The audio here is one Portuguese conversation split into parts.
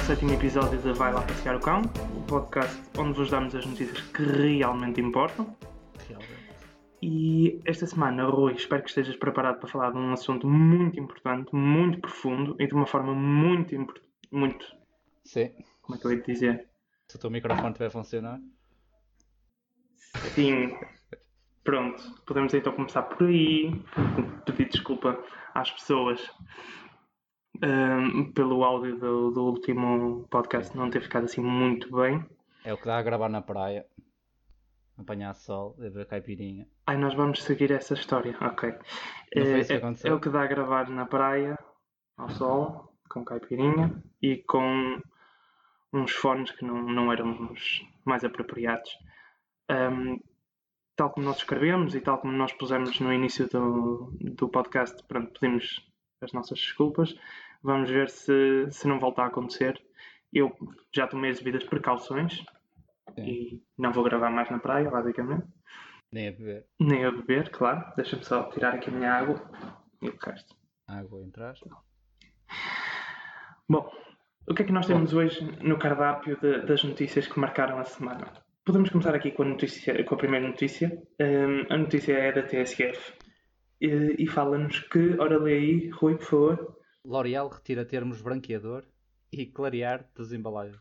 sétimo episódio de Vai Lá Passear o Cão, o podcast onde vos damos as notícias que realmente importam. Realmente. E esta semana, Rui, espero que estejas preparado para falar de um assunto muito importante, muito profundo e de uma forma muito, impor- muito, Sim. como é que eu ia dizer? Se o teu microfone estiver a funcionar. Sim. Assim, Pronto, podemos então começar por aí, pedir desculpa às pessoas ahm, pelo áudio do, do último podcast não ter ficado assim muito bem. É o que dá a gravar na praia. Apanhar sol, beber caipirinha. Ai, nós vamos seguir essa história, ok. Não foi Eh, isso que é- aconteceu? é o que dá a gravar na praia, ao sol, com caipirinha e com uns fones que não, não eram os mais apropriados. Ahm, tal como nós escrevemos e tal como nós pusemos no início do, do podcast, pronto, pedimos as nossas desculpas. Vamos ver se, se não volta a acontecer. Eu já tomei as devidas precauções Sim. e não vou gravar mais na praia, basicamente. Nem a beber. Nem a beber, claro. Deixa-me só tirar aqui a minha água e o resto. Água em trás. Bom, o que é que nós temos hoje no cardápio de- das notícias que marcaram a semana? Podemos começar aqui com a, notícia, com a primeira notícia. Hum, a notícia é da TSF e, e fala-nos que, ora lê aí, Rui, por favor. L'Oreal retira termos branqueador e clarear dos embalagens.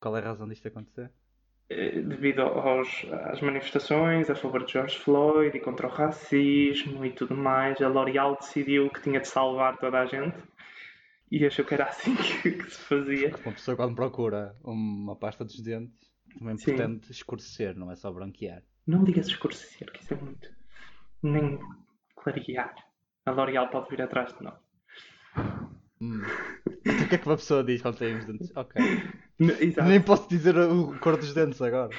Qual é a razão disto acontecer? Eh, devido aos, às manifestações a favor de George Floyd e contra o racismo e tudo mais, a L'Oréal decidiu que tinha de salvar toda a gente e achou que era assim que- que se fazia. Uma pessoa quando procura uma pasta dos dentes também Sim. pretende escurecer, não é só branquear. Não digas escurecer, que isso é muito. Nem clarear. A L'Oréal pode vir atrás de nós. Hum. o que é que uma pessoa diz quando tem os dentes? Ok. N- Exato. Nem, Nem posso dizer a cor dos dentes agora.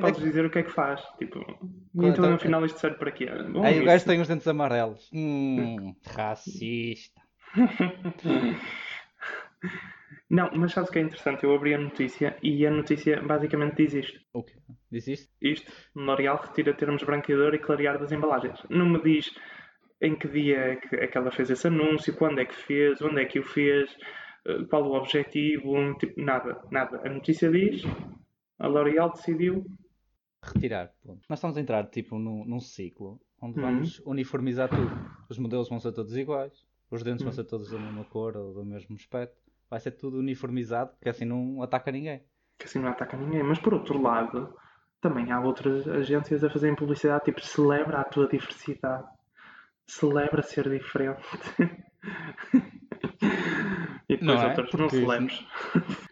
podes dizer o que é que faz. Tipo, então então- no final isto serve para quê? Bom, Aí o é isso- gajo tem os dentes amarelos. Hum, racista. Não, mas sabes o que é interessante? Eu abri a notícia e a notícia basicamente diz isto. O quê? Diz isto? Isto, L'Oréal retira termos branqueador e clarear das embalagens. Não me diz em que dia é que, é que ela fez esse anúncio, quando é que fez, onde é que o fez, eh, qual o objetivo, tipo, nada, nada. A notícia diz, a L'Oréal decidiu, Retirar. Ponto. Nós estamos a entrar tipo num, num ciclo onde Uhum. vamos uniformizar tudo. Os modelos vão ser todos iguais, os dentes vão Uhum. ser todos da mesma cor ou do mesmo aspecto. Vai ser tudo uniformizado porque assim não ataca ninguém. que assim não ataca ninguém, mas por outro lado, também há outras agências a fazerem publicidade, tipo, celebra a tua diversidade, celebra ser diferente. e depois Não é? outras, não Porque- celebres.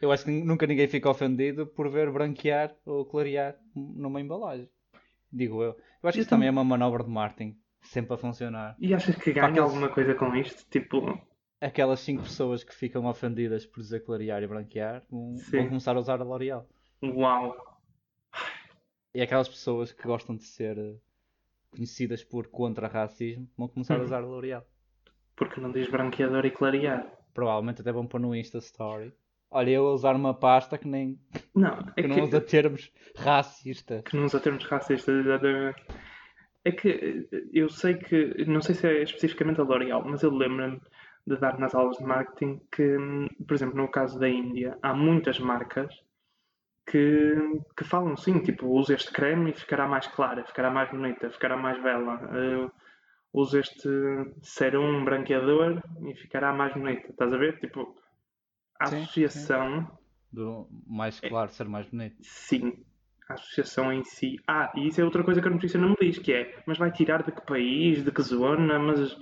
Eu acho que nunca ninguém fica ofendido por ver branquear ou clarear numa embalagem. Digo eu. Eu acho que Eu isso também é uma manobra de marketing. Sempre a funcionar. E achas que Pá, ganha aqueles- alguma coisa com isto? Tipo, Aquelas 5 pessoas que ficam ofendidas por dizer clarear e branquear vão, Sim. vão começar a usar a L'Oreal. Uau! E aquelas pessoas que gostam de ser eh, conhecidas por contra-racismo vão começar a Uhum. usar L'Oreal. Porque não diz branqueador e clarear? Provavelmente até vão pôr no Insta Story. Olha, eu a usar uma pasta que nem Não, é que não usa que, termos racistas. que não usa termos racistas, exatamente. É que eh, eu sei que, não sei se é especificamente a L'Oréal, mas eu lembro-me de dar nas aulas de marketing que, hum, por exemplo, no caso da Índia, há muitas marcas que, que falam sim, tipo, usa este creme e ficará mais clara, ficará mais bonita, ficará mais bela. Eh, usa este serum branqueador e ficará mais bonita. Estás a ver? Tipo, a Sim, sim. associação. Do mais É. claro ser mais bonito. Sim, a associação em si. Ah, e isso é outra coisa que a notícia não me diz, que é, mas vai tirar de que país, de que zona, mas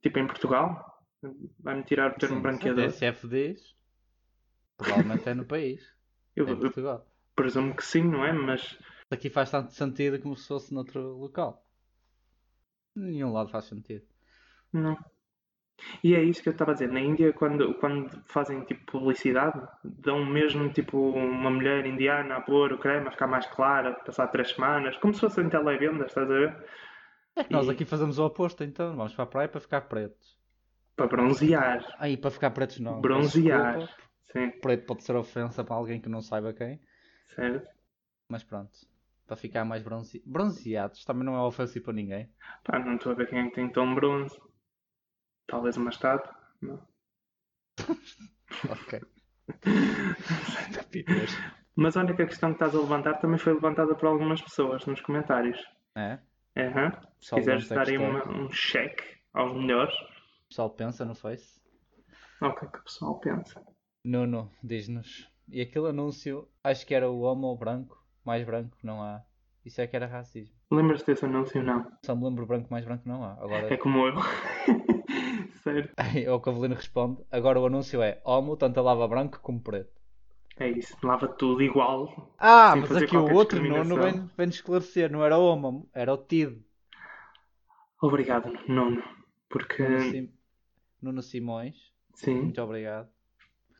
tipo em Portugal? Vai-me tirar o termo Sim, um branqueador? Se a TSF diz, provavelmente é no país. Eu, em eu Portugal. presumo que sim, não é? Mas Aqui faz tanto sentido como se fosse noutro local. Nenhum lado faz sentido. não. E é isso que eu estava a dizer. Na Índia, quando, quando fazem tipo publicidade, dão mesmo tipo uma mulher indiana a pôr o creme, a ficar mais clara, passar três semanas, como se fossem televendas, estás a ver? É que nós E- aqui fazemos o oposto, então. Vamos para a praia para ficar pretos. Para bronzear. Aí, para ficar pretos não. peço Bronzear. desculpa. Sim, preto pode ser ofensa para alguém que não saiba quem, certo. mas pronto. Para ficar mais bronze... bronzeados, também não é ofensivo para ninguém. Pá, não estou a ver quem é que tem tom bronze. Talvez uma estátua. Ok. Pipas. Mas olha que a questão que estás a levantar também foi levantada por algumas pessoas nos comentários. É? Aham. O Se pessoal quiseres levanta dar a aí questão. uma- um cheque aos melhores, O pessoal pensa no Face. ao que é que o pessoal pensa. Nuno, diz-nos. E aquele anúncio, acho que era o homo branco, mais branco não há. Isso é que era racismo. Lembras-te desse anúncio? Não. Só me lembro branco mais branco não há. É Agora, como eu. certo. Ai, o Cavalino responde. Agora o anúncio é homo, tanto a lava branco como preto. É isso. Lava tudo igual. Ah, Sem mas fazer aqui o qualquer outro Nuno discriminação. vem, vem esclarecer. Não era o homo, era o tido. Obrigado, Nuno. Porque. Nuno, Sim- Nuno Simões, Sim. muito obrigado.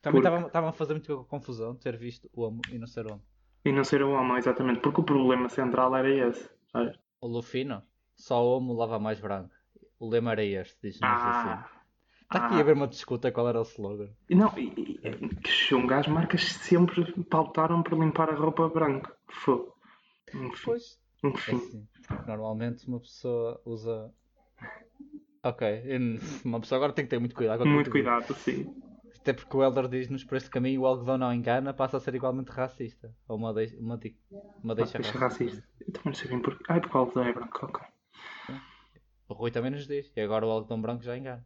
Também Porque- estava estava a fazer muita confusão ter visto o homo e não ser homo. E não ser o homo, exatamente. Porque o problema central era esse. Olha. O Lufino, só homo lava mais branco. O lema era este, diz-nos o Lufino. Ah! Está aqui a haver uma disputa qual era o slogan. E Não, e, e- e- que chunga, as marcas sempre pautaram por limpar a roupa branca. Um Fogo. Enfim, Pois. É enfim. assim, porque normalmente uma pessoa usa. Ok, eu- uma pessoa agora tem que ter muito cuidado. com aquilo muito que diz. cuidado, sim. Até porque o Elder diz-nos por este caminho o algodão não engana, passa a ser igualmente racista. Ou uma, deix- uma, di- uma deixa Deixa, é racista. Então, Eu também não sei bem porquê. Ai, porque o algodão é branco, ok. O Rui também nos diz. E agora o algodão branco já engana.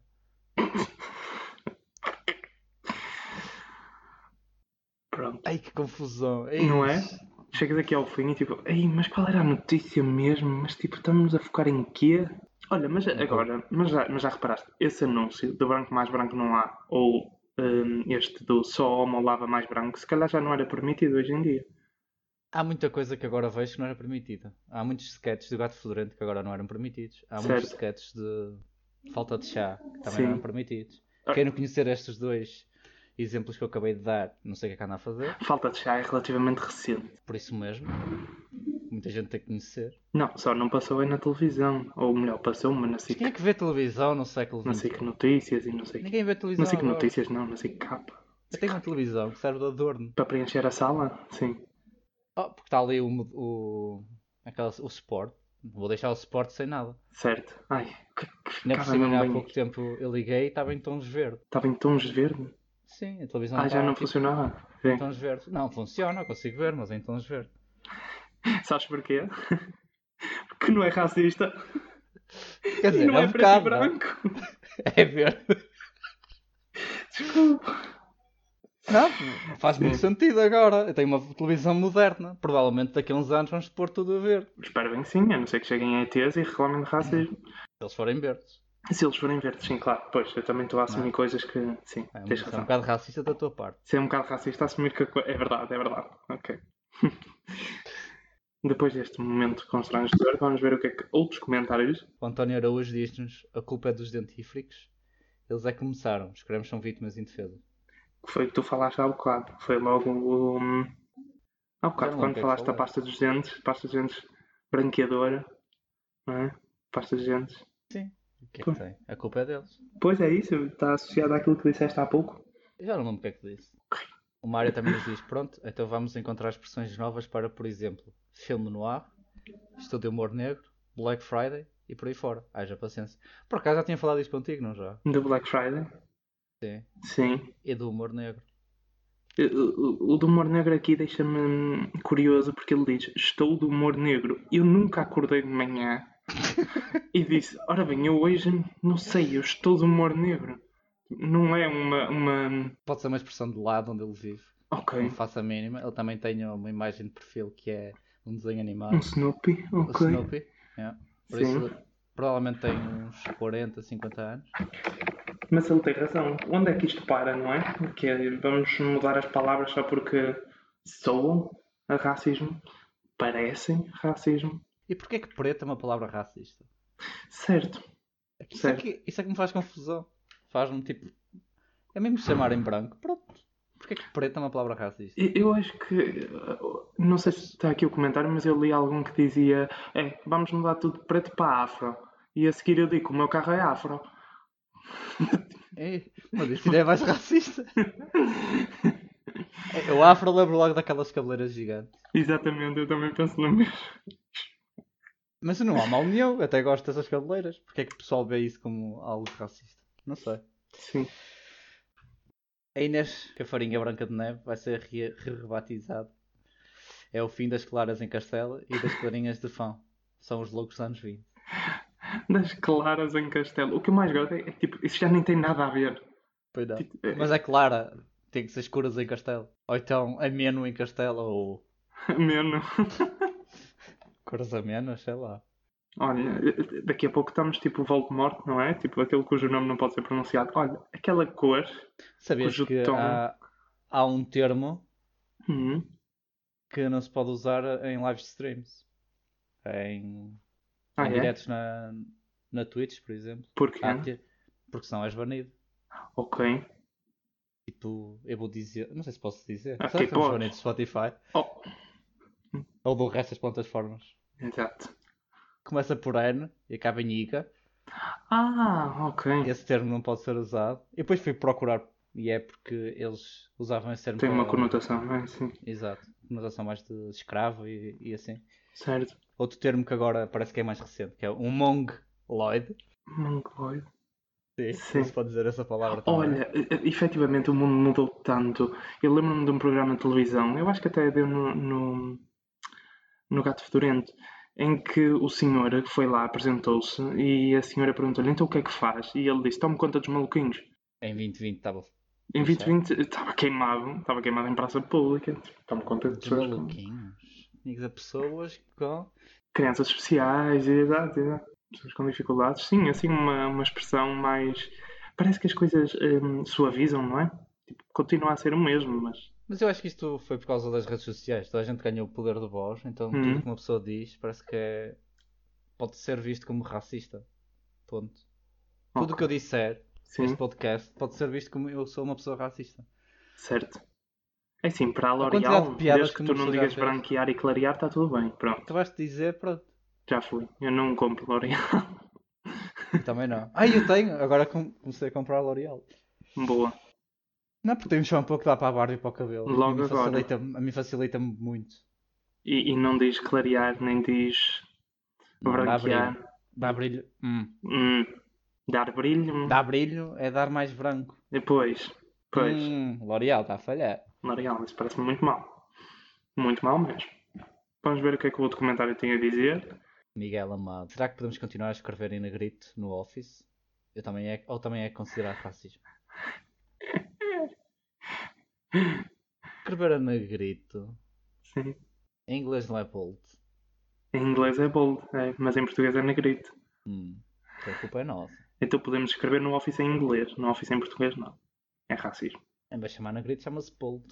Pronto. Ai que confusão. Não é? Ixi. Chegas aqui ao fim e tipo, ei, mas qual era a notícia mesmo? Mas tipo, estamos a focar em quê? Olha, mas agora, mas já, mas já reparaste, esse anúncio do branco mais branco não há, ou hum, este do só homo lava mais branco, se calhar já não era permitido hoje em dia. Há muita coisa que agora vejo que não era permitida. Há muitos sketches do Gato Fedorento que agora não eram permitidos. Há muitos Certo. sketches de Falta de Chá que também Sim. não eram permitidos. Ah. Quem não conhecer estes dois exemplos que eu acabei de dar, não sei o que é que anda a fazer. Falta de chá é relativamente recente. Por isso mesmo, muita gente tem que conhecer. Não, só não passou aí na televisão. Ou melhor, passou, mas não sei Mas quem é que, que vê televisão no século não XXI? sei que notícias e não sei que. Ninguém vê televisão. Não sei que agora. notícias, não, não sei que capa. Eu tenho uma televisão que serve de adorno. Para preencher a sala? Sim. Oh, porque está ali o, o, aquela, o Sport. Vou deixar o Sport sem nada. Certo. Ai, que, que Ainda por cara cima, mesmo ainda há bem. pouco tempo eu liguei e estava em tons verde. Estava em tons de verde. Sim, a televisão Ah, já tá, não tipo, funcionava. Bem, tons verdes. Não, funciona, consigo ver, mas em tons verdes. sabes porquê? Porque não é racista Quer e dizer, não é é um preto e bocado, não? branco. é verde. Desculpa. Não, faz muito sentido agora. Eu tenho uma televisão moderna. Provavelmente daqui a uns anos vamos pôr tudo a verde. Espero bem que sim, a não ser que cheguem a ETs e reclamem de racismo. Se eles forem verdes. Se eles forem verdes, sim, claro. Pois, eu também estou a assumir coisas que. Sim, É um, tens isso é um razão. bocado racista da tua parte. Ser um bocado racista, assumir que a co- é verdade, é verdade. Ok. Depois deste momento constrangedor, vamos ver o que é que outros comentários. O António Araújo diz-nos a culpa é dos dentífricos. Eles é que começaram. Os cremes são vítimas indefesas. que foi o que tu falaste há bocado. Foi logo o. hum, Há Já bocado, não quando quero falaste da falar. pasta dos dentes, pasta dos dentes branqueadora, não é? Pasta dos dentes. O que é que Pois. tem? A culpa é deles. Pois é isso, está associado àquilo que disseste há pouco. Eu já não lembro o que é que disse. O Mário também nos diz: pronto, então vamos encontrar expressões novas para, por exemplo, filme noir, estudo de humor negro, Black Friday e por aí fora. Haja paciência. Por acaso já tinha falado isso contigo, não já? Do Black Friday. Sim. Sim. E do humor negro. Eh, O, o- o do humor negro aqui deixa-me hum, curioso porque ele diz: Estou do humor negro. Eu nunca acordei de manhã e disse: Ora bem, eu hoje não sei, eu estou do humor negro. Não é uma. uma... Pode ser uma expressão de lado onde ele vive. Não Ok. faço a mínima. Ele também tem uma imagem de perfil que é um desenho animado. Um Snoopy? O Ok. Snoopy. yeah. Por Sim. isso, provavelmente tem uns 40, 50 anos. Mas ele tem razão. Onde é que isto para, não é? Que é, vamos mudar as palavras só porque soam a racismo, parecem racismo. E porquê que preto é uma palavra racista? Certo. Isso é, Certo. que, isso é que me faz confusão. Faz-me tipo. É mesmo chamarem branco. Pronto. Porquê que preto é uma palavra racista? E- Eu acho que. uh, Não sei se está aqui o comentário, mas eu li algum que dizia: é, vamos mudar tudo de preto para afro. E a seguir eu digo: o meu carro é afro. Ei, mas isso ainda é mais racista. É, O afro lembro logo daquelas cabeleiras gigantes. Exatamente, eu também penso no mesmo. Mas não há mal nenhum. Eu até gosto dessas cabeleiras. Porquê é que o pessoal vê isso como algo racista? Não sei. Sim. A Inês Cafarinha Branca de Neve vai ser re- rebatizada. É o fim das claras em Castela e das clarinhas de Fão. São os loucos anos 20. Das claras em castelo. O que eu mais gosto é, é, tipo, isso já nem tem nada a ver. Pois não. Tipo, é- Mas é clara, tem que ser escuras em Castelo. Ou então ameno em Castelo, ou Menos. cores amenas, sei lá. Olha, daqui a pouco estamos tipo Voldemort, não é? Tipo aquele cujo nome não pode ser pronunciado. Olha, aquela cor. Sabias Cujo que tom- há, há um termo Hum, que não se pode usar em live streams. Em, Ah, em é? diretos na, na Twitch, por exemplo. porquê? Há te- Porque senão és banido. Ok. Tipo, eu vou dizer, não sei se posso dizer. Ah, Será que tipo, somos ó. banidos do Spotify? Oh, Ou do resto das plataformas? exato. Começa por N e acaba em IGA. Ah, ok. Esse termo não pode ser usado. E depois fui procurar, e é porque eles usavam esse termo Tem uma para- conotação, não é? Sim. Exato, conotação mais de escravo e, e assim. Certo. Outro termo que agora parece que é mais recente, que é um mongoloid. Mongoloid. Sim, Sim. não se pode dizer essa palavra também. Olha, e- e- efetivamente o mundo mudou tanto. Eu lembro-me de um programa de televisão, eu acho que até deu no, no, no Gato Fedorento, em que o senhor que foi lá apresentou-se e a senhora perguntou-lhe então o que é que faz? E ele disse: Tome conta dos maluquinhos. Em 2020 estava Em Certo. 2020 estava queimado, estava queimado em praça pública. Tome conta de dos pessoas com maluquinhos. Tinhas a pessoas com. crianças especiais, e exato, exato. pessoas com dificuldades. Sim, assim uma, uma expressão mais. Parece que as coisas hum, suavizam, não é? Tipo, continua a ser o mesmo, mas. Mas eu acho que isto foi por causa das redes sociais. Toda a gente ganhou o poder de voz, então Uhum. tudo que uma pessoa diz parece que é... pode ser visto como racista. Ponto. Tudo o que eu disser Sim, neste podcast pode ser visto como eu sou uma pessoa racista. certo. É assim, para a quantidade L'Oreal, de piadas desde que que tu uma não pessoa já digas fez. branquear e clarear, está tudo bem. Pronto, Tu vais-te dizer, pronto. já fui. Eu não compro L'Oreal. Eu Também não. Ah, eu tenho! Agora com- comecei a comprar L'Oreal. Boa. Não, porque tem um shampoo que dá para a barba e para o cabelo. Logo a mim agora. facilita- A mim facilita-me muito. E, e não diz clarear, nem diz Não, dá brilho. branquear. Dá brilho. Hum. Hum, dar brilho. hum. Dá brilho é dar mais branco. Depois. Pois. Hum, L'Oreal está a falhar. L'Oreal, isso parece-me muito mal. Muito mal mesmo. Vamos ver o que é que o outro comentário tem a dizer. Miguel Amado. Será que podemos continuar a escrever em negrito no Office? Eu também é... Ou também é considerado racismo? Escrever a negrito. Sim. Em inglês não é bold. Em inglês é bold, é, mas em português é negrito. Hum. Então A culpa é nossa. Então podemos escrever no Office em inglês, no Office em português não. É racismo. Em vez de chamar negrito, chama-se bold.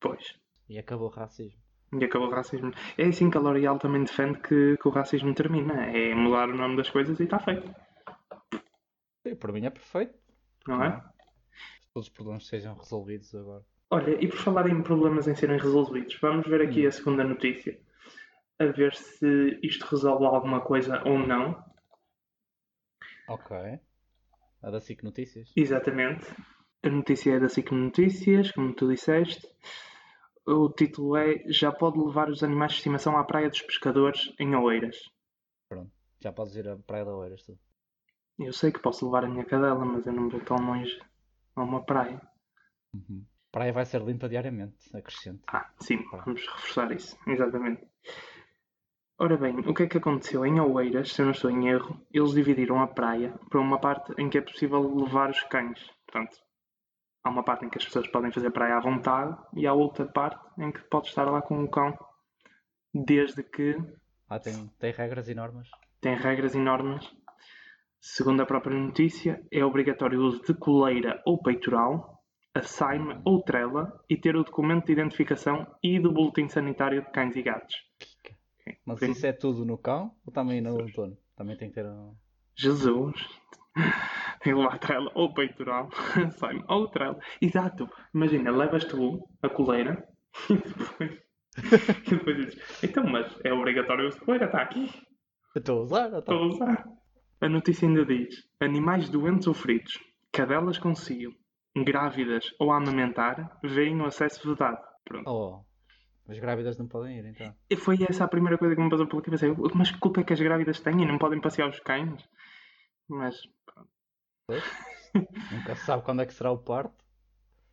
Pois. E acabou o racismo. E acabou o racismo. É assim que a L'Oreal também defende que, que o racismo termina. É mudar o nome das coisas e está feito. E para mim é perfeito. Não é? Não. Todos os problemas sejam resolvidos agora. Olha, e por falar em problemas em serem resolvidos, vamos ver aqui a segunda notícia. A ver se isto resolve alguma coisa ou não. Ok. A da SIC Notícias. Exatamente. A notícia é da SIC Notícias, como tu disseste. O título é Já pode levar os animais de estimação à Praia dos Pescadores em Oeiras. Já podes ir à Praia da Oeiras, tu. Eu sei que posso levar a minha cadela, mas eu não vou tão longe a uma praia. Uhum. Praia vai ser limpa diariamente, acrescento. Ah, sim, vamos reforçar isso. Exatamente. Ora bem, o que é que aconteceu? Em Oeiras, se eu não estou em erro, eles dividiram a praia para uma parte em que é possível levar os cães. Portanto, há uma parte em que as pessoas podem fazer praia à vontade e há outra parte em que pode estar lá com o cão, desde que Ah, tem, tem regras e normas. tem regras e normas. Segundo a própria notícia, é obrigatório o uso de coleira ou peitoral, a saima ou trela e ter o documento de identificação e do boletim sanitário de cães e gatos. Mas Sim. isso é tudo no cão ou também no dono? Também tem que ter um. Jesus! Tem lá a trela ou peitoral, a saima ou trela. Exato! Imagina, levas tu a coleira e depois, e depois dizes: Então, mas é obrigatório o uso de coleira, está aqui. Eu Estou a usar? eu Estou Estou a usar. A notícia ainda diz: animais doentes ou feridos, cadelas com cio, grávidas ou a amamentar, veem o acesso vedado. Pronto. Oh. As grávidas não podem ir, então. E foi essa a primeira coisa que me passou pela cabeça. Eu, Mas que culpa é que as grávidas têm e não podem passear os cães? Mas Pois. Nunca se sabe quando é que será o parto.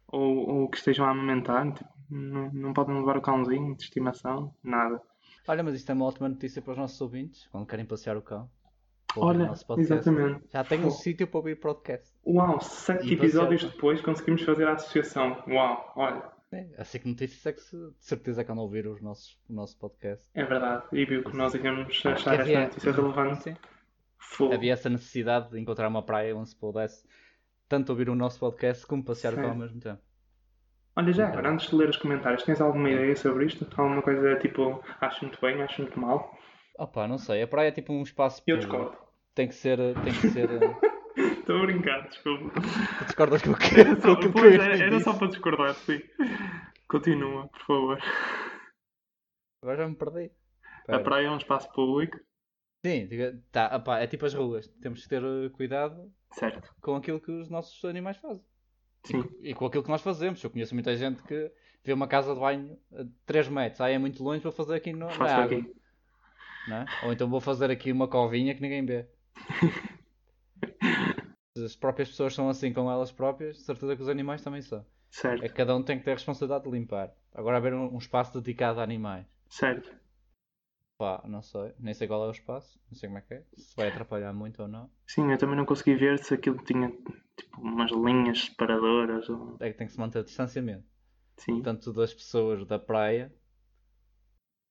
ou, ou que estejam a amamentar, tipo, não, não podem levar o cãozinho de estimação, nada. Olha, mas isto é uma ótima notícia para os nossos ouvintes, quando querem passear o cão. Vou ouvir o Olha, nosso podcast. exatamente. Já tem um Oh. sítio para ouvir podcast. Uau, sete E episódios passear. depois conseguimos fazer a associação. Uau, olha, É, assim que notícias é que se, de certeza que andam a ouvir os nossos, o nosso podcast. é verdade. E viu que nós íamos achar Que esta havia- notícia relevante. Sim. Fogo. Havia essa necessidade de encontrar uma praia onde se pudesse tanto ouvir o nosso podcast como passear o Sim. cão ao mesmo tempo. Olha, já Então. agora, antes de ler os comentários, tens alguma ideia sobre isto? Alguma coisa tipo, acho muito bem, acho muito mal? Opa, não sei, a praia é tipo um espaço Eu público. discordo. Tem que ser. Tem que ser. eh, tu Estou a brincar, desculpa. discordas com o que Era só, com o que pois, eu tipo era, era disse? só para discordar, sim. Continua, por favor. Agora já me perdi. A Espera. praia é um espaço público, Sim, diga- tá, opá, é tipo as ruas. Temos que ter eh, cuidado certo? com aquilo que os nossos animais fazem. Sim. E com aquilo que nós fazemos. Eu conheço muita gente que vê uma casa de banho a 3 metros. Aí é muito longe, vou fazer aqui no, na Faço água. aqui. não é? Ou então vou fazer aqui uma covinha que ninguém vê. Se As próprias pessoas são assim com elas próprias, de certeza que os animais também são. Certo, É que cada um tem que ter a responsabilidade de limpar. Agora haver um, um espaço dedicado a animais. certo. Pá, não sei, nem sei qual é o espaço, não sei como é que é, se vai atrapalhar muito ou não. Sim, eu também não consegui ver se aquilo tinha tipo umas linhas separadoras ou. É que tem que se manter distanciamento. Sim. Tanto das pessoas da praia,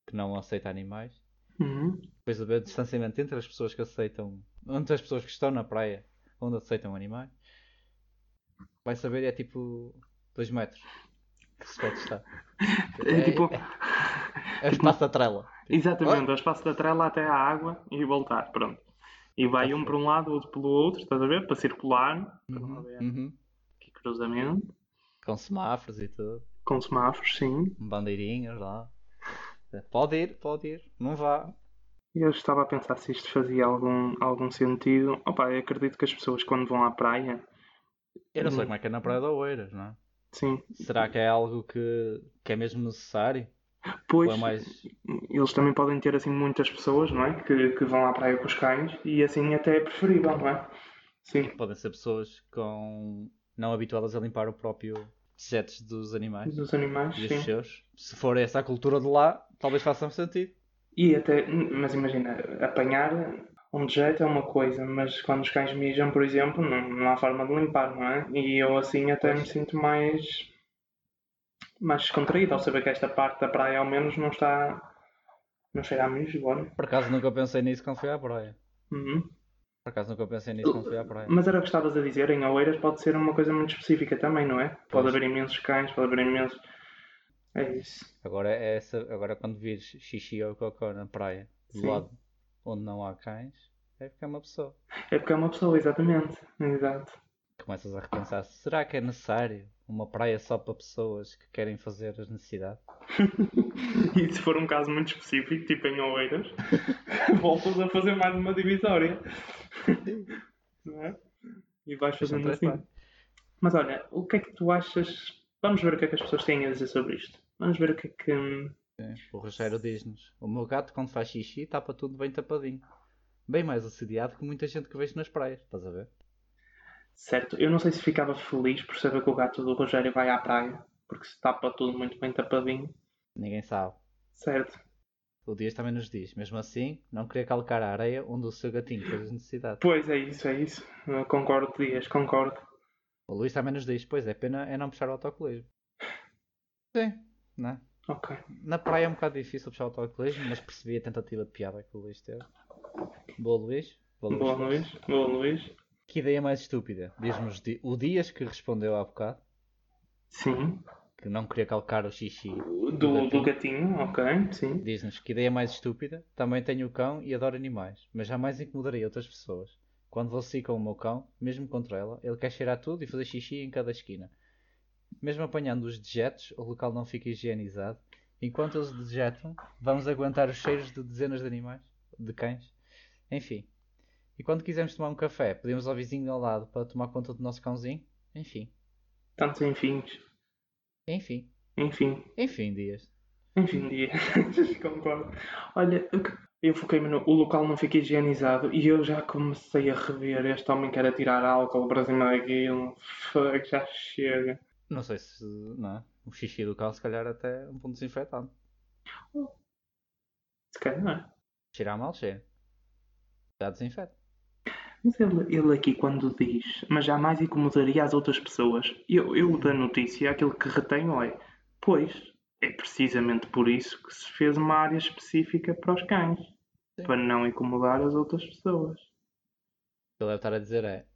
que não aceita animais, Uhum. depois haver distanciamento entre as pessoas que aceitam, entre as pessoas que estão na praia, onde aceitam animais, vai saber é tipo 2 metros que se pode estar. É tipo, É o espaço da trela. exatamente, o espaço da trela até à água e voltar, pronto. E vai um para um lado, outro pelo outro, estás a ver? Para circular, para não Uhum, haver uhum. aqui cruzamento, Com semáforos e tudo, com semáforos, sim. bandeirinhas lá. Pode ir, pode ir, não vá. Eu estava a pensar se isto fazia algum, algum sentido. Opa, eu acredito que as pessoas quando vão à praia, Eu não sei Uhum. como é que é na Praia da Oeiras, não é? sim, Será que é algo que, que é mesmo necessário? pois Ou é mais. eles também podem ter assim muitas pessoas, não é? Que, que vão à praia com os cães e assim até é preferível, não é? Sim, Podem ser pessoas com. não habituadas a limpar o próprio dejetos dos animais dos animais, e os sim. seus. Se for essa a cultura de lá, talvez faça sentido. E até, hum, mas imagina, apanhar um dejeto é uma coisa, mas quando os cães mijam, por exemplo, não, não há forma de limpar, não é? E eu assim até me sinto mais, mais descontraído ao saber que esta parte da praia ao menos não está. Não cheira a mijo, olha. Por acaso nunca pensei nisso quando fui à praia. Uhum. Por acaso nunca pensei nisso quando fui à praia. Mas era o que estavas a dizer, em Oeiras pode ser uma coisa muito específica também, não é? Pode Pois. haver imensos cães, pode haver imensos. É isso. Agora é essa. Agora quando vires xixi ou cocó na praia, do Sim. lado onde não há cães, é porque é uma pessoa. É porque é uma pessoa, exatamente. Exato. Começas a repensar, será que é necessário uma praia só para pessoas que querem fazer as necessidades? E se for um caso muito específico, tipo em Oeiras, voltas a fazer mais uma divisória. Não é? E vais fazendo São três assim. Mas olha, o que é que tu achas? Vamos ver o que é que as pessoas têm a dizer sobre isto. Vamos ver o que é que. hum, O Rogério diz-nos: O meu gato, quando faz xixi, tapa tudo bem tapadinho. Bem mais assediado que muita gente que vejo nas praias, estás a ver? Certo, eu não sei se ficava feliz por saber que o gato do Rogério vai à praia, porque se tapa tudo muito bem tapadinho. Ninguém sabe. Certo. O Dias também nos diz: Mesmo assim, não queria calcar a areia onde o seu gatinho fez as necessidades. Pois é isso, é isso. Eu concordo, Dias, concordo. O Luís também nos diz: Pois é, pena é não puxar o autocolismo. Sim, né? Ok. Na praia é um bocado difícil puxar o autocolismo, mas percebi a tentativa de piada que o Luís teve. Boa, Luís. Boa, Boa, Luís. Boa, Luís. Que ideia mais estúpida? Diz-nos Di- o Dias que respondeu há bocado Sim. que não queria calcar o xixi Do, do gatinho, ok, sim. Diz-nos que ideia mais estúpida. Também tenho cão e adoro animais, mas jamais incomodarei outras pessoas. Quando vou sair com o meu cão, mesmo contra ela, ele quer cheirar tudo e fazer xixi em cada esquina. Mesmo apanhando os dejetos, o local não fica higienizado. Enquanto eles dejetam, vamos aguentar os cheiros de dezenas de animais, de cães. Enfim. E quando quisermos tomar um café, pedimos ao vizinho ao lado para tomar conta do nosso cãozinho? Enfim. Tantos enfins. Enfim. Enfim. Enfim, Dias. Enfim, dia. concordo. Olha, eu que- eu foquei-me no. O local não fica higienizado e eu já comecei a rever. Este homem quer tirar álcool para cima daquilo. Fuck, já chega. Não sei se. Não é? O xixi do cão, se calhar, até é um ponto desinfetante. Se calhar. é. Cheirar mal, cheira. Já desinfeta. Mas ele, ele aqui quando diz, mas jamais incomodaria as outras pessoas. Eu, eu da notícia, aquilo que retenho é, pois, é precisamente por isso que se fez uma área específica para os cães. Sim. Para não incomodar as outras pessoas. O que ele deve estar a dizer é.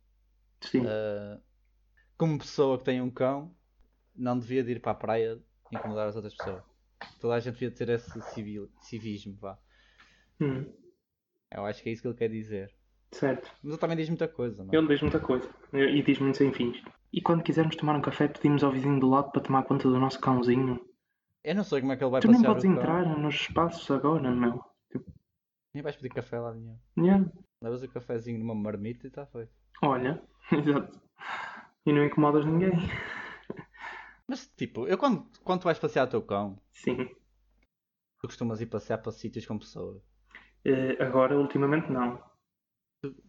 Sim. ah, como pessoa que tem um cão, não devia de ir para a praia incomodar as outras pessoas. Toda a gente devia ter esse civil, civismo, vá. Hum, Eu acho que é isso que ele quer dizer. certo. Mas ele também diz muita coisa, não é? Ele diz muita coisa. eh, E diz muito sem fins. E quando quisermos tomar um café, pedimos ao vizinho do lado para tomar conta do nosso cãozinho. Eu não sei como é que ele vai tu nem passear podes o cão. entrar nos espaços agora, meu. Nem vais pedir café lá nenhum. Yeah. Levas o cafezinho numa marmita e está feito. Olha, exato. E não incomodas ninguém. Mas tipo, eu quando, quando tu vais passear o teu cão, Sim. tu costumas ir passear para sítios com pessoas. Eh, agora, ultimamente, não.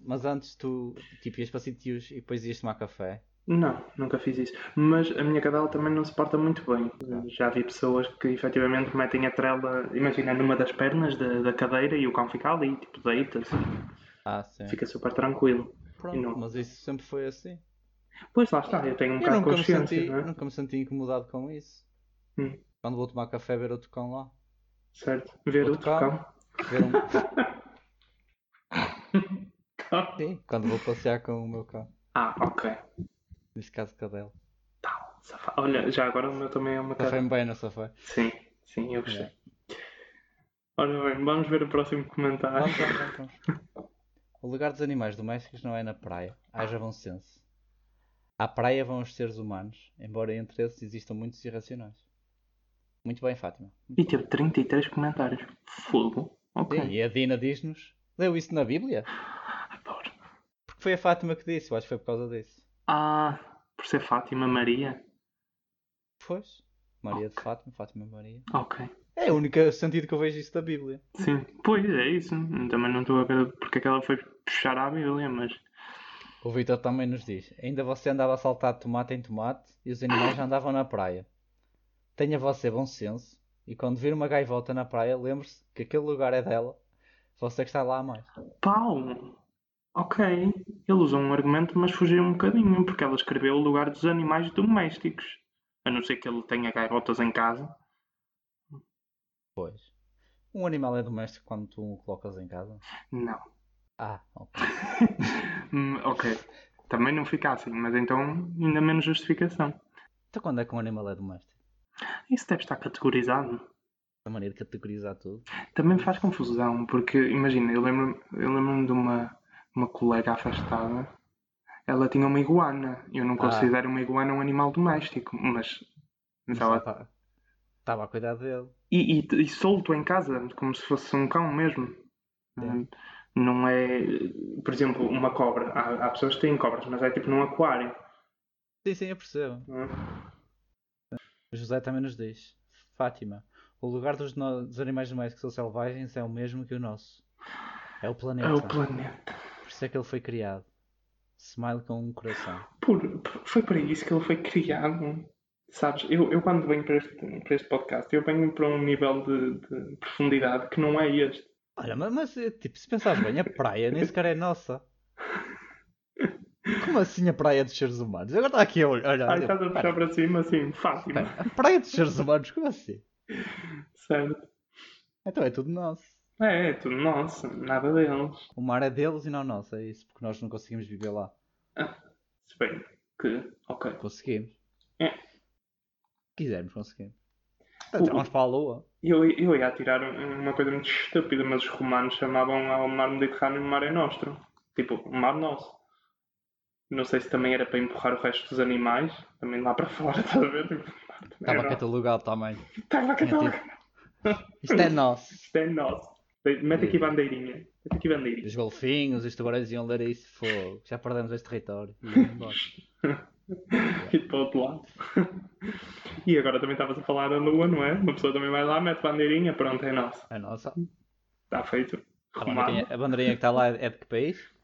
Mas antes tu tipo, ias para sítios e depois ias tomar café. Não, nunca fiz isso. Mas a minha cadela também não se porta muito bem. Já vi pessoas que efetivamente metem a trela, imagina, numa das pernas da, da cadeira e o cão fica ali, tipo, deita-se, Ah, sim. fica super tranquilo. Pronto, E não- mas isso sempre foi assim. Pois lá está, eu tenho um eu bocado de nunca me, consciência, senti, não é? nunca me senti incomodado com isso. Hum. Quando vou tomar café, ver outro cão lá. Certo. Ver Outro outro cão. cão. Ver um... Cão. Sim, quando vou passear com o meu cão. Ah, ok. Tá, Neste caso, cadela. Safa- Olha, já agora o meu também é uma cadela. Café bem, não só foi? Sim, sim, eu gostei. Ora bem, vamos ver o próximo comentário. Vamos, vamos, vamos, vamos. O lugar dos animais domésticos não é na praia. Haja bom senso. À praia vão os seres humanos, embora entre esses existam muitos irracionais. Muito bem, Fátima. E teve 33 comentários. Fogo. Ok. Ah, Sim, e a Dina diz-nos: leu isso na Bíblia? Adoro. Porque foi a Fátima que disse, eu acho que foi por causa disso. Ah, por ser Fátima Maria. Pois. Maria de Fátima, Fátima Maria. Ok. É o único sentido que eu vejo isso da Bíblia. Sim. Pois é isso. Também não estou a ver porque é que ela foi puxar à Bíblia, mas. O Vitor também nos diz: ainda você andava a saltar de tomate em tomate e os animais já andavam na praia. Tenha você bom senso e quando vir uma gaivota na praia, lembre-se que aquele lugar é dela, você que está lá a mais. Pau! Ok. Ele usou um argumento, mas fugiu um bocadinho, porque ela escreveu o lugar dos animais domésticos. A não ser que ele tenha gaivotas em casa. Pois. Um animal é doméstico quando tu o colocas em casa? Não. Ah, ok. Hum, ok. Também não fica assim, mas então ainda menos justificação. Então quando é que um animal é doméstico? Isso deve estar categorizado. A maneira de categorizar tudo. Também me faz confusão, porque imagina, eu lembro-me eu lembro de uma, uma colega afastada, ela tinha uma iguana. Eu não considero uma iguana um animal doméstico, mas. mas ela- Estava estava a cuidar dele. E, e- e solto em casa, como se fosse um cão mesmo. Hum, É. Não é, por exemplo, uma cobra. Há, há pessoas que têm cobras, mas é tipo num aquário. Sim, sim, eu percebo. não é? O José também nos diz: Fátima, o lugar dos, no- dos animais domésticos ou selvagens é o mesmo que o nosso. É o planeta. É o planeta. Por isso é que ele foi criado. Smile com um coração. Por- por- foi para isso que ele foi criado. Sabes, eu, eu quando venho para este, para este podcast, eu venho para um nível de, de profundidade que não é este. Olha, ma- mas, eh, tipo, se pensares bem, a praia nem sequer é nossa. Como assim a praia dos seres humanos? Agora está aqui a olhar. olhar, Ah, eu- estás a puxar para cima assim, Fátima, pera, a praia dos seres humanos, como assim? certo? Então é tudo nosso. É, é tudo nosso, nada deles. O mar é deles e não nosso, é isso, porque nós não conseguimos viver lá. Se bem que, ok. Conseguimos. É. Quisermos, conseguimos. Portanto, O- vamos para a lua. Eu, eu ia tirar uma coisa muito estúpida, mas os romanos chamavam ao mar Mediterrâneo Mare Nostrum. Tipo, o mar nosso. Não sei se também era para empurrar o resto dos animais, também lá para fora, estás a ver? Tipo, Estava era- catalogado também. Estava a Tinha catar. tido- tá Isto é nosso. Isto é nosso. Mete aqui bandeirinha. Mete aqui bandeirinha. Os golfinhos, os tubarões iam ler isso, fogo. Já perdemos este território. E iam embora. E Tipo, para o outro lado. E agora também estavas a falar da lua, não é? Uma pessoa também vai lá, mete bandeirinha, pronto, é nosso. A nossa. Está feito. A é Romano, Tá bandeirinha, a bandeirinha que está lá é de que país?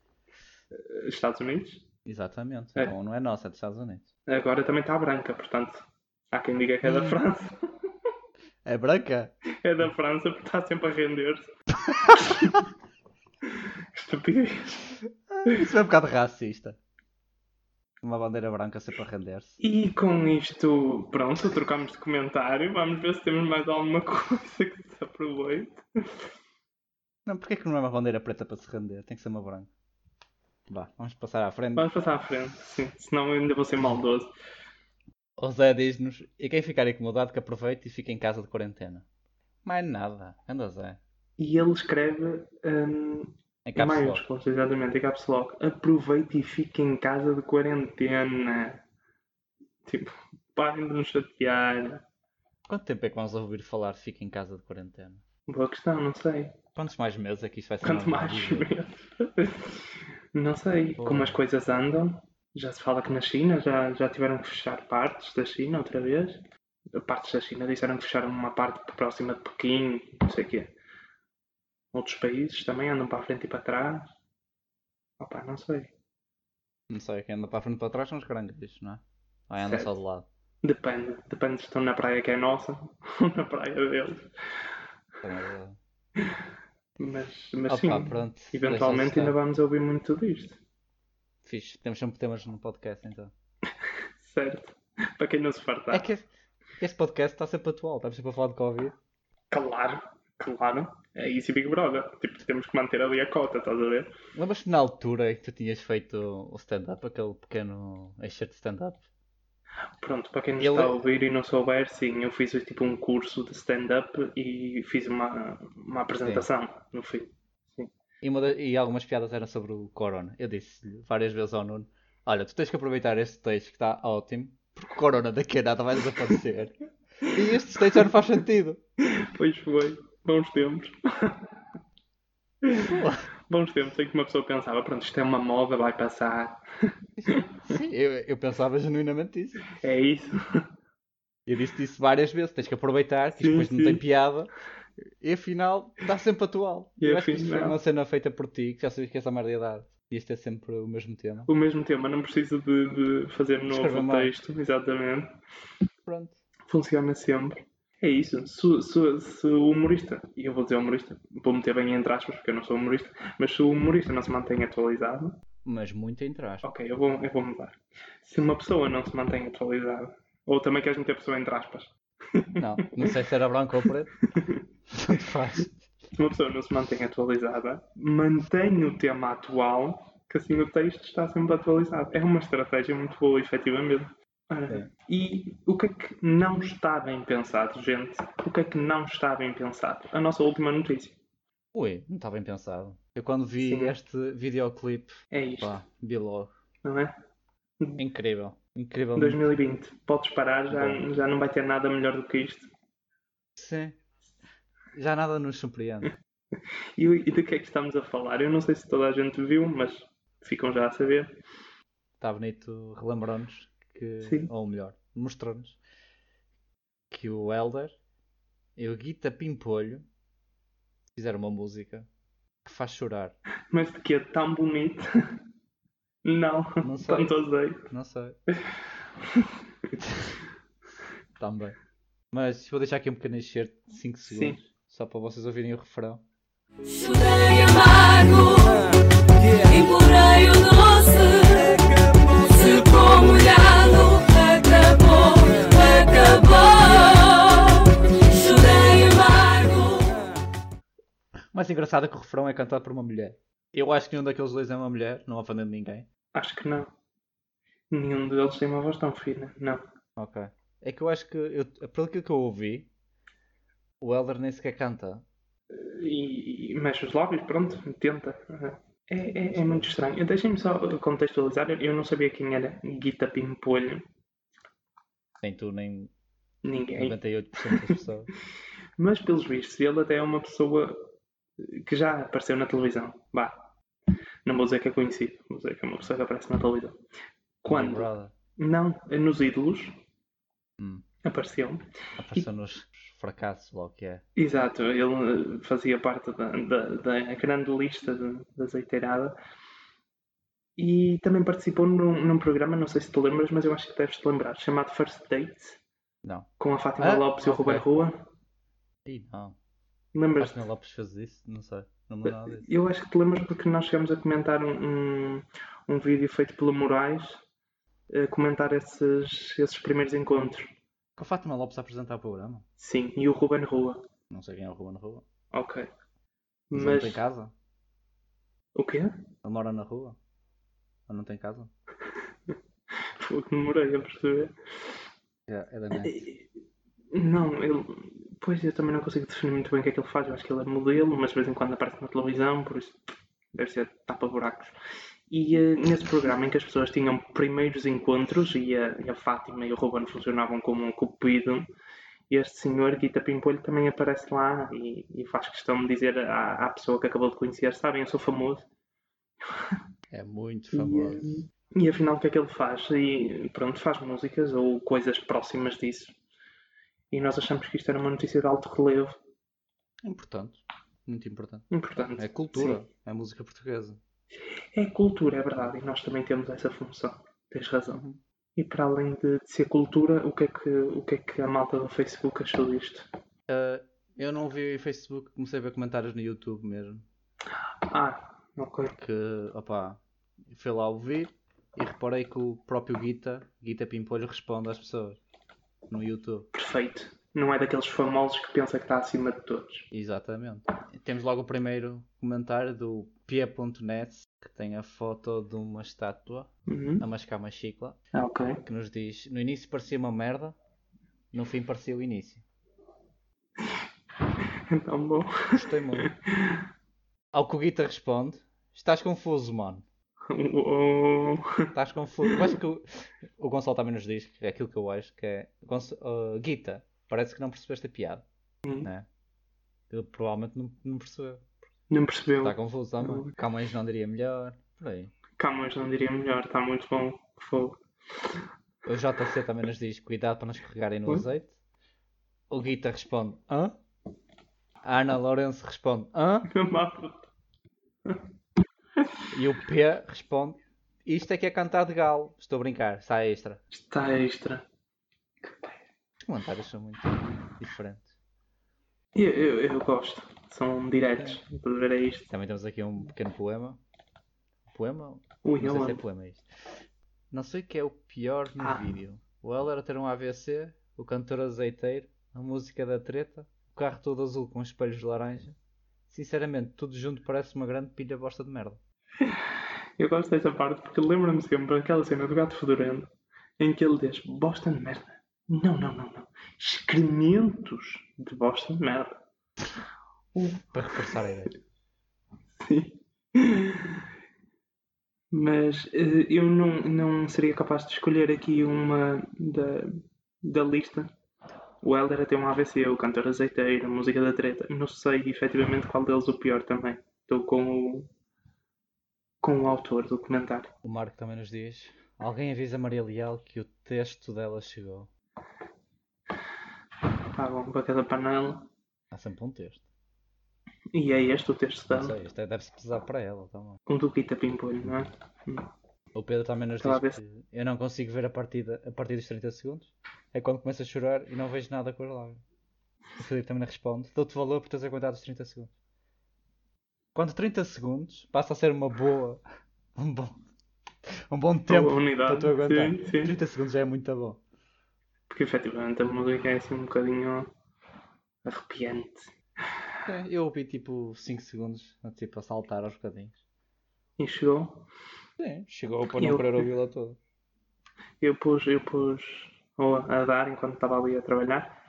Estados Unidos? Exatamente. É. Então não é nossa, é dos Estados Unidos. Agora também está branca, portanto. Há quem diga que é da Hum. França. É branca? É da França porque está sempre a render-se. Que Estupidez. Isso é um bocado racista. Uma bandeira branca sempre a render-se. E com isto, pronto, trocamos de comentário. Vamos ver se temos mais alguma coisa que se aproveite. Não, porque é que não é uma bandeira preta para se render? Tem que ser uma branca. Vá, vamos passar à frente. Vamos passar à frente, sim. Senão eu ainda vou ser maldoso. O Zé diz-nos: e quem ficar incomodado que aproveite e fique em casa de quarentena. Mais nada, anda Zé. E ele escreve hum, Em em caps lock. maiúsculos, exatamente, em caps lock. Aproveite e fique em casa de quarentena. Tipo, parem de nos chatear. Quanto tempo é que vamos ouvir falar de fique em casa de quarentena? Boa questão, não sei. Quantos mais meses é que isto vai ser? Quanto normal mais viver? meses. Não sei Boa. como as coisas andam. Já se fala que na China já, já tiveram que fechar partes da China outra vez. Partes da China disseram que fecharam uma parte próxima de Pequim, não sei o quê. Outros países também andam para a frente e para trás. Opa, não sei. Não sei, quem anda para a frente e para trás são os caranguejos, não é? Ou anda Certo. só de lado. Depende. Depende se estão na praia que é nossa ou na praia deles. Também é verdade. Mas, mas sim, Opa, pronto. é, eventualmente ainda vai. vamos ouvir muito disto. Fixe, temos sempre temas no podcast então. Certo. Para quem não se fartar. É que este, este podcast está sempre atual, estamos sempre a falar de Covid. Claro, claro. É isso e Big Brother. Tipo, temos que manter ali a cota, estás a ver? Lembras-te na altura em que tu tinhas feito o stand-up, aquele pequeno extra de stand-up? Pronto, para quem nos Ele- é- está a ouvir e não souber, sim, eu fiz tipo um curso de stand-up e fiz uma, uma apresentação no fim. E, uma da- e algumas piadas eram sobre o Corona. Eu disse-lhe várias vezes ao Nuno: Olha, tu tens que aproveitar este texto que está ótimo, porque o Corona daqui a nada vai desaparecer. e este texto já não faz sentido. Pois foi. Bons tempos. Bons tempos em que uma pessoa pensava, pronto, isto é uma moda, vai passar. Sim, eu, eu pensava genuinamente isso. É isso. Eu disse isso várias vezes: tens que aproveitar, que isto Sim, depois não sim. tem piada. E afinal, está sempre atual. E eu acho que isto foi afinal. uma cena feita por ti, que já sabias que essa merda ia dar. E este é sempre o mesmo tema. O mesmo tema, não preciso de, de fazer novo Escrever mais. texto, exatamente. Pronto. Funciona sempre. É isso. Se, se, se o humorista, e eu vou dizer humorista, vou meter bem entre aspas porque eu não sou humorista, mas se o humorista não se mantém atualizado, Mas muito entre aspas. ok, eu vou, eu vou mudar. Se uma pessoa não se mantém atualizada, ou também queres meter pessoa entre aspas, Não, não sei se era branco ou preto. Tanto faz. se uma pessoa não se mantém atualizada, mantém o tema atual, que assim o texto está sempre atualizado. É uma estratégia muito boa, efetivamente. Ora, É. E o que é que não está bem pensado, gente? O que é que não está bem pensado? A nossa última notícia. Ui, não está bem pensado. Eu quando vi Sim. este videoclipe, É isto, pá, vi logo. não é? Incrível. Incrível. 2020, podes parar, já, já não vai ter nada melhor do que isto. Sim. Já nada nos surpreende. E, o- e do que é que estamos a falar? Eu não sei se toda a gente viu, mas ficam já a saber. Está bonito, relembrou-nos que. Sim. Ou melhor, mostrou-nos que o Elder e o Guita Pimpolho fizeram uma música que faz chorar. Mas de que é tão bonito? Não, Não sei. tanto azeite. Não sei. Também. Mas vou deixar aqui um pequeno excerto de 5 Sim. segundos. Só para vocês ouvirem o refrão. Chorei amargo e porei o doce. Secou molhado, acabou, acabou. Chorei amargo. O mais engraçado é que o refrão é cantado por uma mulher. Eu acho que nenhum daqueles dois é uma mulher, não ofendendo ninguém. Acho que não. Nenhum deles tem uma voz tão fina. Não. Ok. É que eu acho que, eu, pelo aquilo que eu ouvi, o Elder nem sequer canta. E, e mexe os lábios, pronto, tenta. É, é, é muito estranho. Deixem-me só contextualizar. Eu não sabia quem era Guita Pimpolho. Nem tu, nem Ninguém. 98% das pessoas. Mas, pelos vistos, ele até é uma pessoa que já apareceu na televisão. Vá. Não vou dizer que é conhecido, vou dizer que é uma pessoa que aparece na televisão. Big Quando? Brother. Não, nos ídolos. Hum. Apareceu. Apareceu nos fracassos, lá o que é. Exato, ele eh, fazia parte da, da, da grande lista da, da azeiteirada. E também participou num, num programa, não sei se te lembras, mas eu acho que deves te lembrar, chamado First Date, Não. com a Fátima Ah, Lopes e o ok. Ruben Rua. Ih, não. Lembras-te? Fátima Lopes fez isso? Não sei. Não me lembro nada disso. Eu acho que te lembras porque nós chegamos a comentar um, um, um vídeo feito pelo Moraes, a comentar esses, esses primeiros encontros. Com a Fátima Lopes a apresentar o programa? Sim, e o Ruben Rua. Não sei quem é o Ruben Rua. Ok. Mas, ele não Mas. tem casa? O quê? Ele mora na rua? Ele não tem casa? Pô, demorei a perceber. Yeah, ele é mente. Não, ele. Pois eu também não consigo definir muito bem o que é que ele faz. Eu acho que ele é modelo, mas de vez em quando aparece na televisão, por isso deve ser tapa-buracos. E eh, nesse programa em que as pessoas tinham primeiros encontros e a, e a Fátima e o Ruben funcionavam como um cupido, este senhor, Guita Pimpolho, também aparece lá e, e faz questão de dizer à, à pessoa que acabou de conhecer: Sabem, eu sou famoso. É muito E, famoso. E afinal, o que é que ele faz? E pronto, faz músicas ou coisas próximas disso. E nós achamos que isto era uma notícia de alto relevo. Importante. Muito importante. Importante. É cultura. É música portuguesa. É cultura, é verdade. E nós também temos essa função. Tens razão. E para além de, de ser cultura, o que, é que, o que é que a malta do Facebook achou disto? Ah, eu não vi Facebook, comecei a ver comentários no YouTube mesmo. Ah, ok. Que, opá, fui lá ouvir e reparei que o próprio Guita, Guita Pimpolho, responde às pessoas no YouTube. Perfeito. Não é daqueles famosos que pensa que está acima de todos. Exatamente. Temos logo o primeiro comentário do Pia.net, que tem a foto de uma estátua Uhum. a mascar uma chicla, Ah, ok. que nos diz: No início parecia uma merda, no fim parecia o início. Então bom. Gostei muito. Ao que o Guita responde: Estás confuso, mano. Uou. Estás confuso. Eu acho que o, o Gonçalo também nos diz, que é aquilo que eu acho, que é. Gonça- ah, Guita, parece que não percebeste a piada. Né? Ele provavelmente não, não percebeu. Não percebeu. Está confuso também. Camões não diria melhor. Por aí. Camões não diria melhor. Está muito bom. Fogo. O JC também nos diz: cuidado para não escorregarem no Oi? azeite. O Guita responde: hã? A Ana Lourenço responde: hã? E o P responde: isto é que é cantar de galo. Estou a brincar, está extra. Está extra. Os comentários são muito diferentes. Eu, eu, eu gosto. São diretos. Estás a ver? É isto. Também temos aqui um pequeno poema. Poema? Ui, Não sei eu se é amo. poema isto. Não sei o que é o pior no Ah. vídeo. O Heller a ter um AVC, o cantor azeiteiro, a música da treta, o carro todo azul com espelhos de laranja. Sinceramente, tudo junto parece uma grande pilha bosta de merda. Eu gosto dessa parte porque lembra-me sempre daquela cena do gato fedorento em que ele diz bosta de merda. Não, não, não, não. Excrementos de bosta de merda. Para reforçar a ideia. Sim. Mas eh, eu não, não seria capaz de escolher aqui uma da, da lista. O Helder tem um AVC, o cantor azeiteiro, a música da treta. Não sei efetivamente qual deles o pior também. Estou com o, com o autor do comentário. O Marco também nos diz: Alguém avisa a Maria Leal que o texto dela chegou. Tá bom, para cada panela. Há sempre um texto. E é este o texto Não dela. sei, isto é- deve-se pesar para ela tá também. Um do Guita Pimpolho, não é? O Pedro também nos Estava diz: que Eu não consigo ver a partida a partir dos 30 segundos. É quando começo a chorar e não vejo nada com as lágrimas. O Filipe também responde: Dou-te valor por teres aguentado os 30 segundos. Quando 30 segundos passa a ser uma boa. Um bom. Um bom tempo Boa unidade, para tu aguentar. sim, sim. 30 segundos já é muito bom. Porque efetivamente a música é assim um bocadinho arrepiante. É, eu ouvi tipo 5 segundos, tipo a saltar aos bocadinhos. E chegou. Sim, chegou não para não Eu- querer querer ouvi-la toda. Eu pus, eu pus ou a dar enquanto estava ali a trabalhar.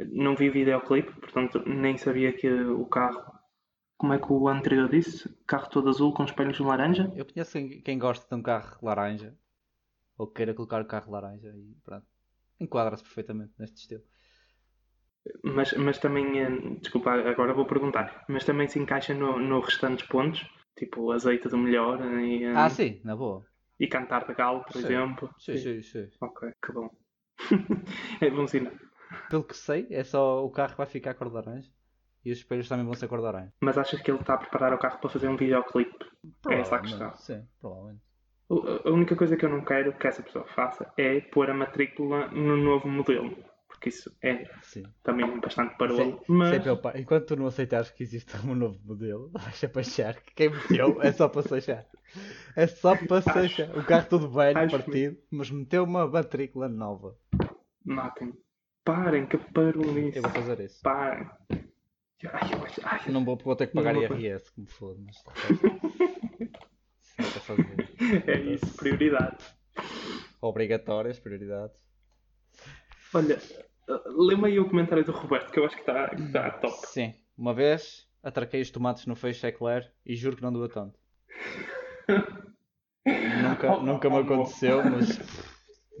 Não vi videoclipe, portanto nem sabia que o carro, como é que o anterior disse? Carro todo azul com espelhos de laranja. Eu conheço quem, quem gosta de um carro laranja ou queira colocar o carro laranja e pronto. Enquadra-se perfeitamente neste estilo. Mas, mas também, eh, desculpa, agora vou perguntar, mas também se encaixa no, no restantes pontos, tipo azeite do melhor e, eh, Ah, sim, na boa. e cantar de galo, por Sim. exemplo. Sim, sim, sim. Ok, que bom. é bom sinal. Pelo que sei, é só o carro vai ficar cor de laranja e os espelhos também vão ser cor de laranja. Mas achas que ele está a preparar o carro para fazer um videoclipe? É essa a Provavelmente, questão. Sim, provavelmente. O- A a única coisa que eu não quero que essa pessoa faça é pôr a matrícula no novo modelo, porque isso é Sim. também bastante Sei- parolo. sei Mas pelo par- Enquanto tu não aceitares que existe um novo modelo, vais sempre achar que quem meteu é só para se achar. É só para se Acho- achar. O carro todo velho, acho- partido, mas meteu uma matrícula nova. matem, parem, que parolice, Eu vou fazer isso. parem. Ai, eu acho- ai, Não vou, vou ter que Não pagar vou- IRS, como foda, mas tá de resto, se não quer fazer. é isso, prioridade. Obrigatórias, prioridades. Olha, lembra aí o comentário do Roberto, que eu acho que está que tá top. Sim, uma vez atraquei os tomates no feixe Eclair e juro que não doa tanto. nunca, Oh, nunca oh, me oh. aconteceu, mas.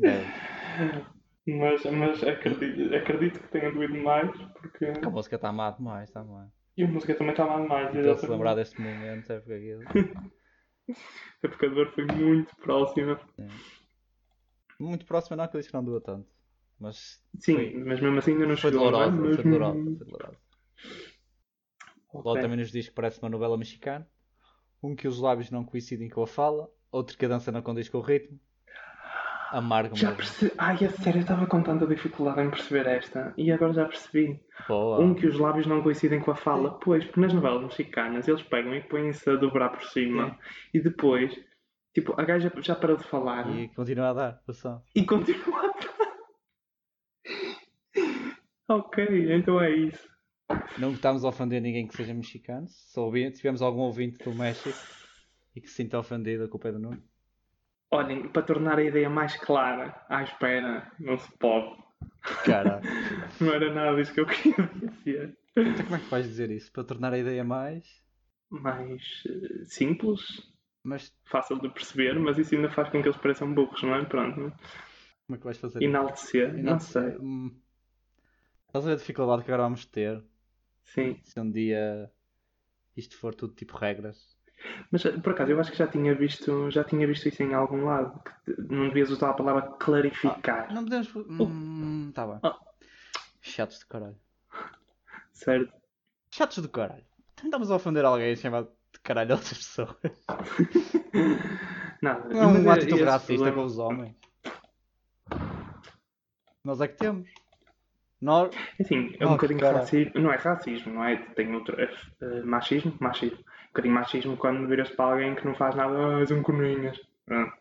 é, Deve. Mas, mas acredito, acredito que tenha doído mais, porque A música está má demais, está má. e a música também estava mais. Então se exatamente. lembrar deste momento é porque aquilo. É porque a dor foi muito próxima. Muito próximo não, que eu disse que não doa tanto. Mas. Sim, Foi- mas mesmo assim ainda não Foi chegou. dolorosa, não é? foi dolorosa, foi dolorosa. Ok. Logo também nos diz que parece uma novela mexicana. Um que os lábios não coincidem com a fala, outro que a dança não condiz com o ritmo. Amargo Já mesmo. percebi. Ai, a sério, eu estava com tanta dificuldade em perceber esta. E agora já percebi. Boa. Um, que os lábios não coincidem com a fala. Pois, porque nas novelas mexicanas eles pegam e põem-se a dobrar por cima. E depois, tipo, a gaja já parou de falar E continua a dar o som. e continua a dar. Ok, então é isso. Não estamos a ofender ninguém que seja mexicano. Se ouvi- se tivermos algum ouvinte do México e que se sinta ofendido, a culpa é do Nuno. Olhem, para tornar a ideia mais clara, à espera, não se pode. Cara, Não era nada disso que eu queria dizer. então como é que vais dizer isso? Para tornar a ideia mais, Mais eh, simples, mas fácil de perceber, mas isso ainda faz com que eles pareçam burros, não é? Pronto. como é que vais fazer isso? Enaltecer, não sei. Hum. Estás a ver a dificuldade que agora vamos ter Sim. se um dia isto for tudo tipo regras? Mas eh, por acaso eu acho que já tinha visto, já tinha visto isso em algum lado, que te- não devias usar a palavra clarificar. Não podemos. Hum, tá bem. Ah. Chatos do caralho. Certo? Chatos do caralho. Tentamos ofender alguém chamado de caralho a outras pessoas. Nada. Não, mas um é- atitude esse racista problema- com os homens. Nós é que temos. Nós... Assim, é Oh, um bocadinho cara. racismo, não é racismo, não é? Tem outro. é, eh, machismo? Machismo. Um bocadinho machismo quando viras-te para alguém que não faz nada, ah, és um coninhas. Pronto.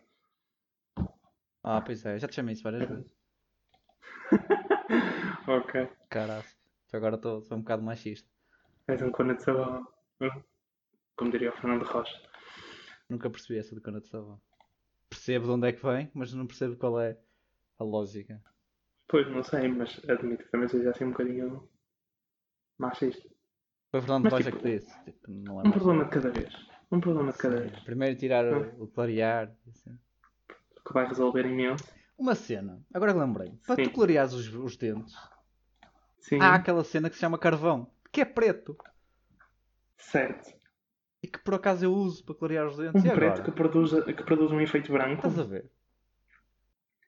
Ah, pois é, já te chamei isso várias vezes. Ok. Caralho, agora estou estou um bocado machista. És um cona de sabão. Hum. Como diria o Fernando Rocha. Nunca percebi essa de cana de sabão. Percebo de onde é que vem, mas não percebo qual é a lógica. Pois, não sei, mas admito que também seja assim um bocadinho machista. Foi o Fernando Mas, Rocha tipo, que disse. Tipo, não é Um mais- problema de cada vez. Um problema de cada vez. Primeiro tirar o, o clarear. assim. Que vai resolver imenso. Uma cena, agora que lembrei. Para Sim. tu clareares os, os dentes, Sim, há aquela cena que se chama carvão, que é preto. certo. E que por acaso eu uso para clarear os dentes. Um e agora? preto que produz, que produz um efeito branco. é Estás a ver?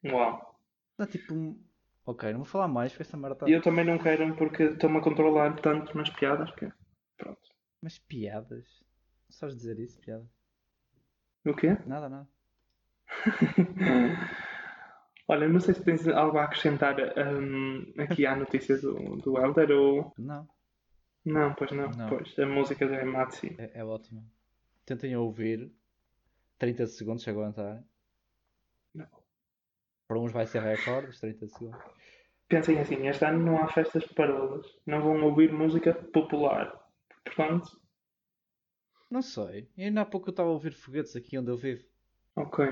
Uau. Dá tipo um. Ok, não vou falar mais, porque essa merda tá... E eu também não quero porque estou-me a controlar tanto nas piadas que. Pronto. Mas piadas. Não sabes dizer isso, piada? O quê? Nada, nada. Olha, não sei se tens algo a acrescentar hum, aqui à notícia do, do Helder ou. Não, Não, pois não. Não. Pois, a música da Matsi. é, é ótimo. Tentem ouvir. 30 segundos se aguentarem. Não. Para uns vai ser recorde, os 30 segundos. Pensem assim: este ano não há festas parolas, não vão ouvir música popular. Portanto, Não sei. Ainda há pouco eu estava a ouvir foguetes aqui onde eu vivo. ok.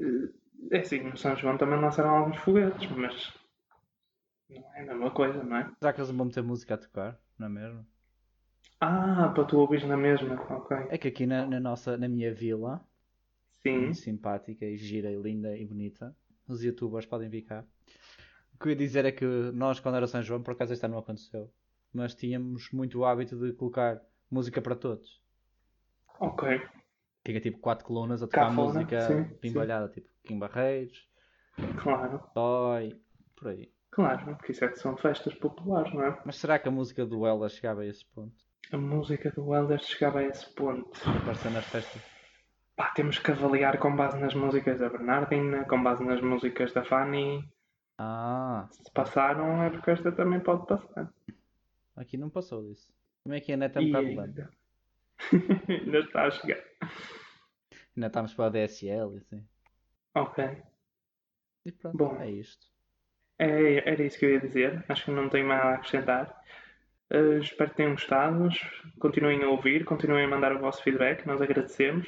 Eh, É assim, no São João também lançaram alguns foguetes, mas. Não é a mesma coisa, não é? Será que eles não vão meter música a tocar? Não é mesmo? Ah, para tu ouvires na mesma, ok. É que aqui na, na nossa, na minha vila, Sim. muito simpática e gira e linda e bonita. Os youtubers podem vir cá. O que eu ia dizer é que nós, quando era São João, por acaso este ano não aconteceu, mas tínhamos muito o hábito de colocar música para todos. Ok. Tinha tipo quatro colunas a tocar Cafona, música sim, pimbalhada, tipo Kim Barreiros, Claro. Toy, por aí. Claro, porque isso é que são festas populares, não é? Mas será que a música do Ela chegava a esse ponto? A música do Elder chegava a esse ponto. Apareceu nas festas, Pá, temos que avaliar com base nas músicas da Bernardina, com base nas músicas da Fanny. Ah, Se passaram é porque esta também pode passar. aqui não passou disso. Como é que a neta é um E bocado lenta? ainda... ainda está a chegar. Ainda estamos para a DSL e assim. Ok. E pronto, Bom. é isto. É- era isso que eu ia dizer. Acho que não tenho mais nada a acrescentar. Uh, espero que tenham gostado. Continuem a ouvir, continuem a mandar o vosso feedback. Nós agradecemos.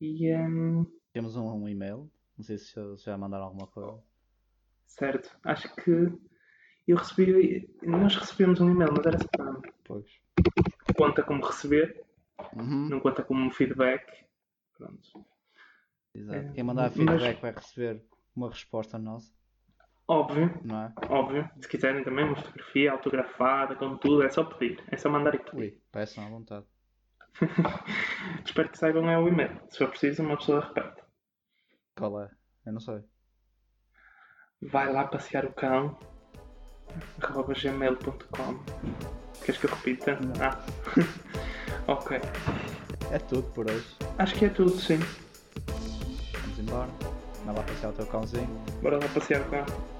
E, um, Temos um, um e-mail. Não sei se já- já mandaram alguma coisa. certo, acho que eu recebi. Nós recebemos um e-mail, mas era spam. Pois. Conta como receber, Uhum, não conta como um feedback. Pronto. Exato. é, Quem mandar mas- feedback vai receber uma resposta nossa, Óbvio, não é? óbvio. Se quiserem também uma fotografia autografada, com tudo, é só pedir. É só mandar e pedir. Ui, peçam à vontade. Espero que saibam é o e-mail. Se for preciso, uma pessoa repete. Qual é? Eu não sei. Vai lá passear o cão. arroba gmail.com Queres que eu repita? Ah. ok. É tudo por hoje. Acho que é tudo, sim. Vamos embora. Vai lá passar o teu cãozinho. Bora lá passear o cão.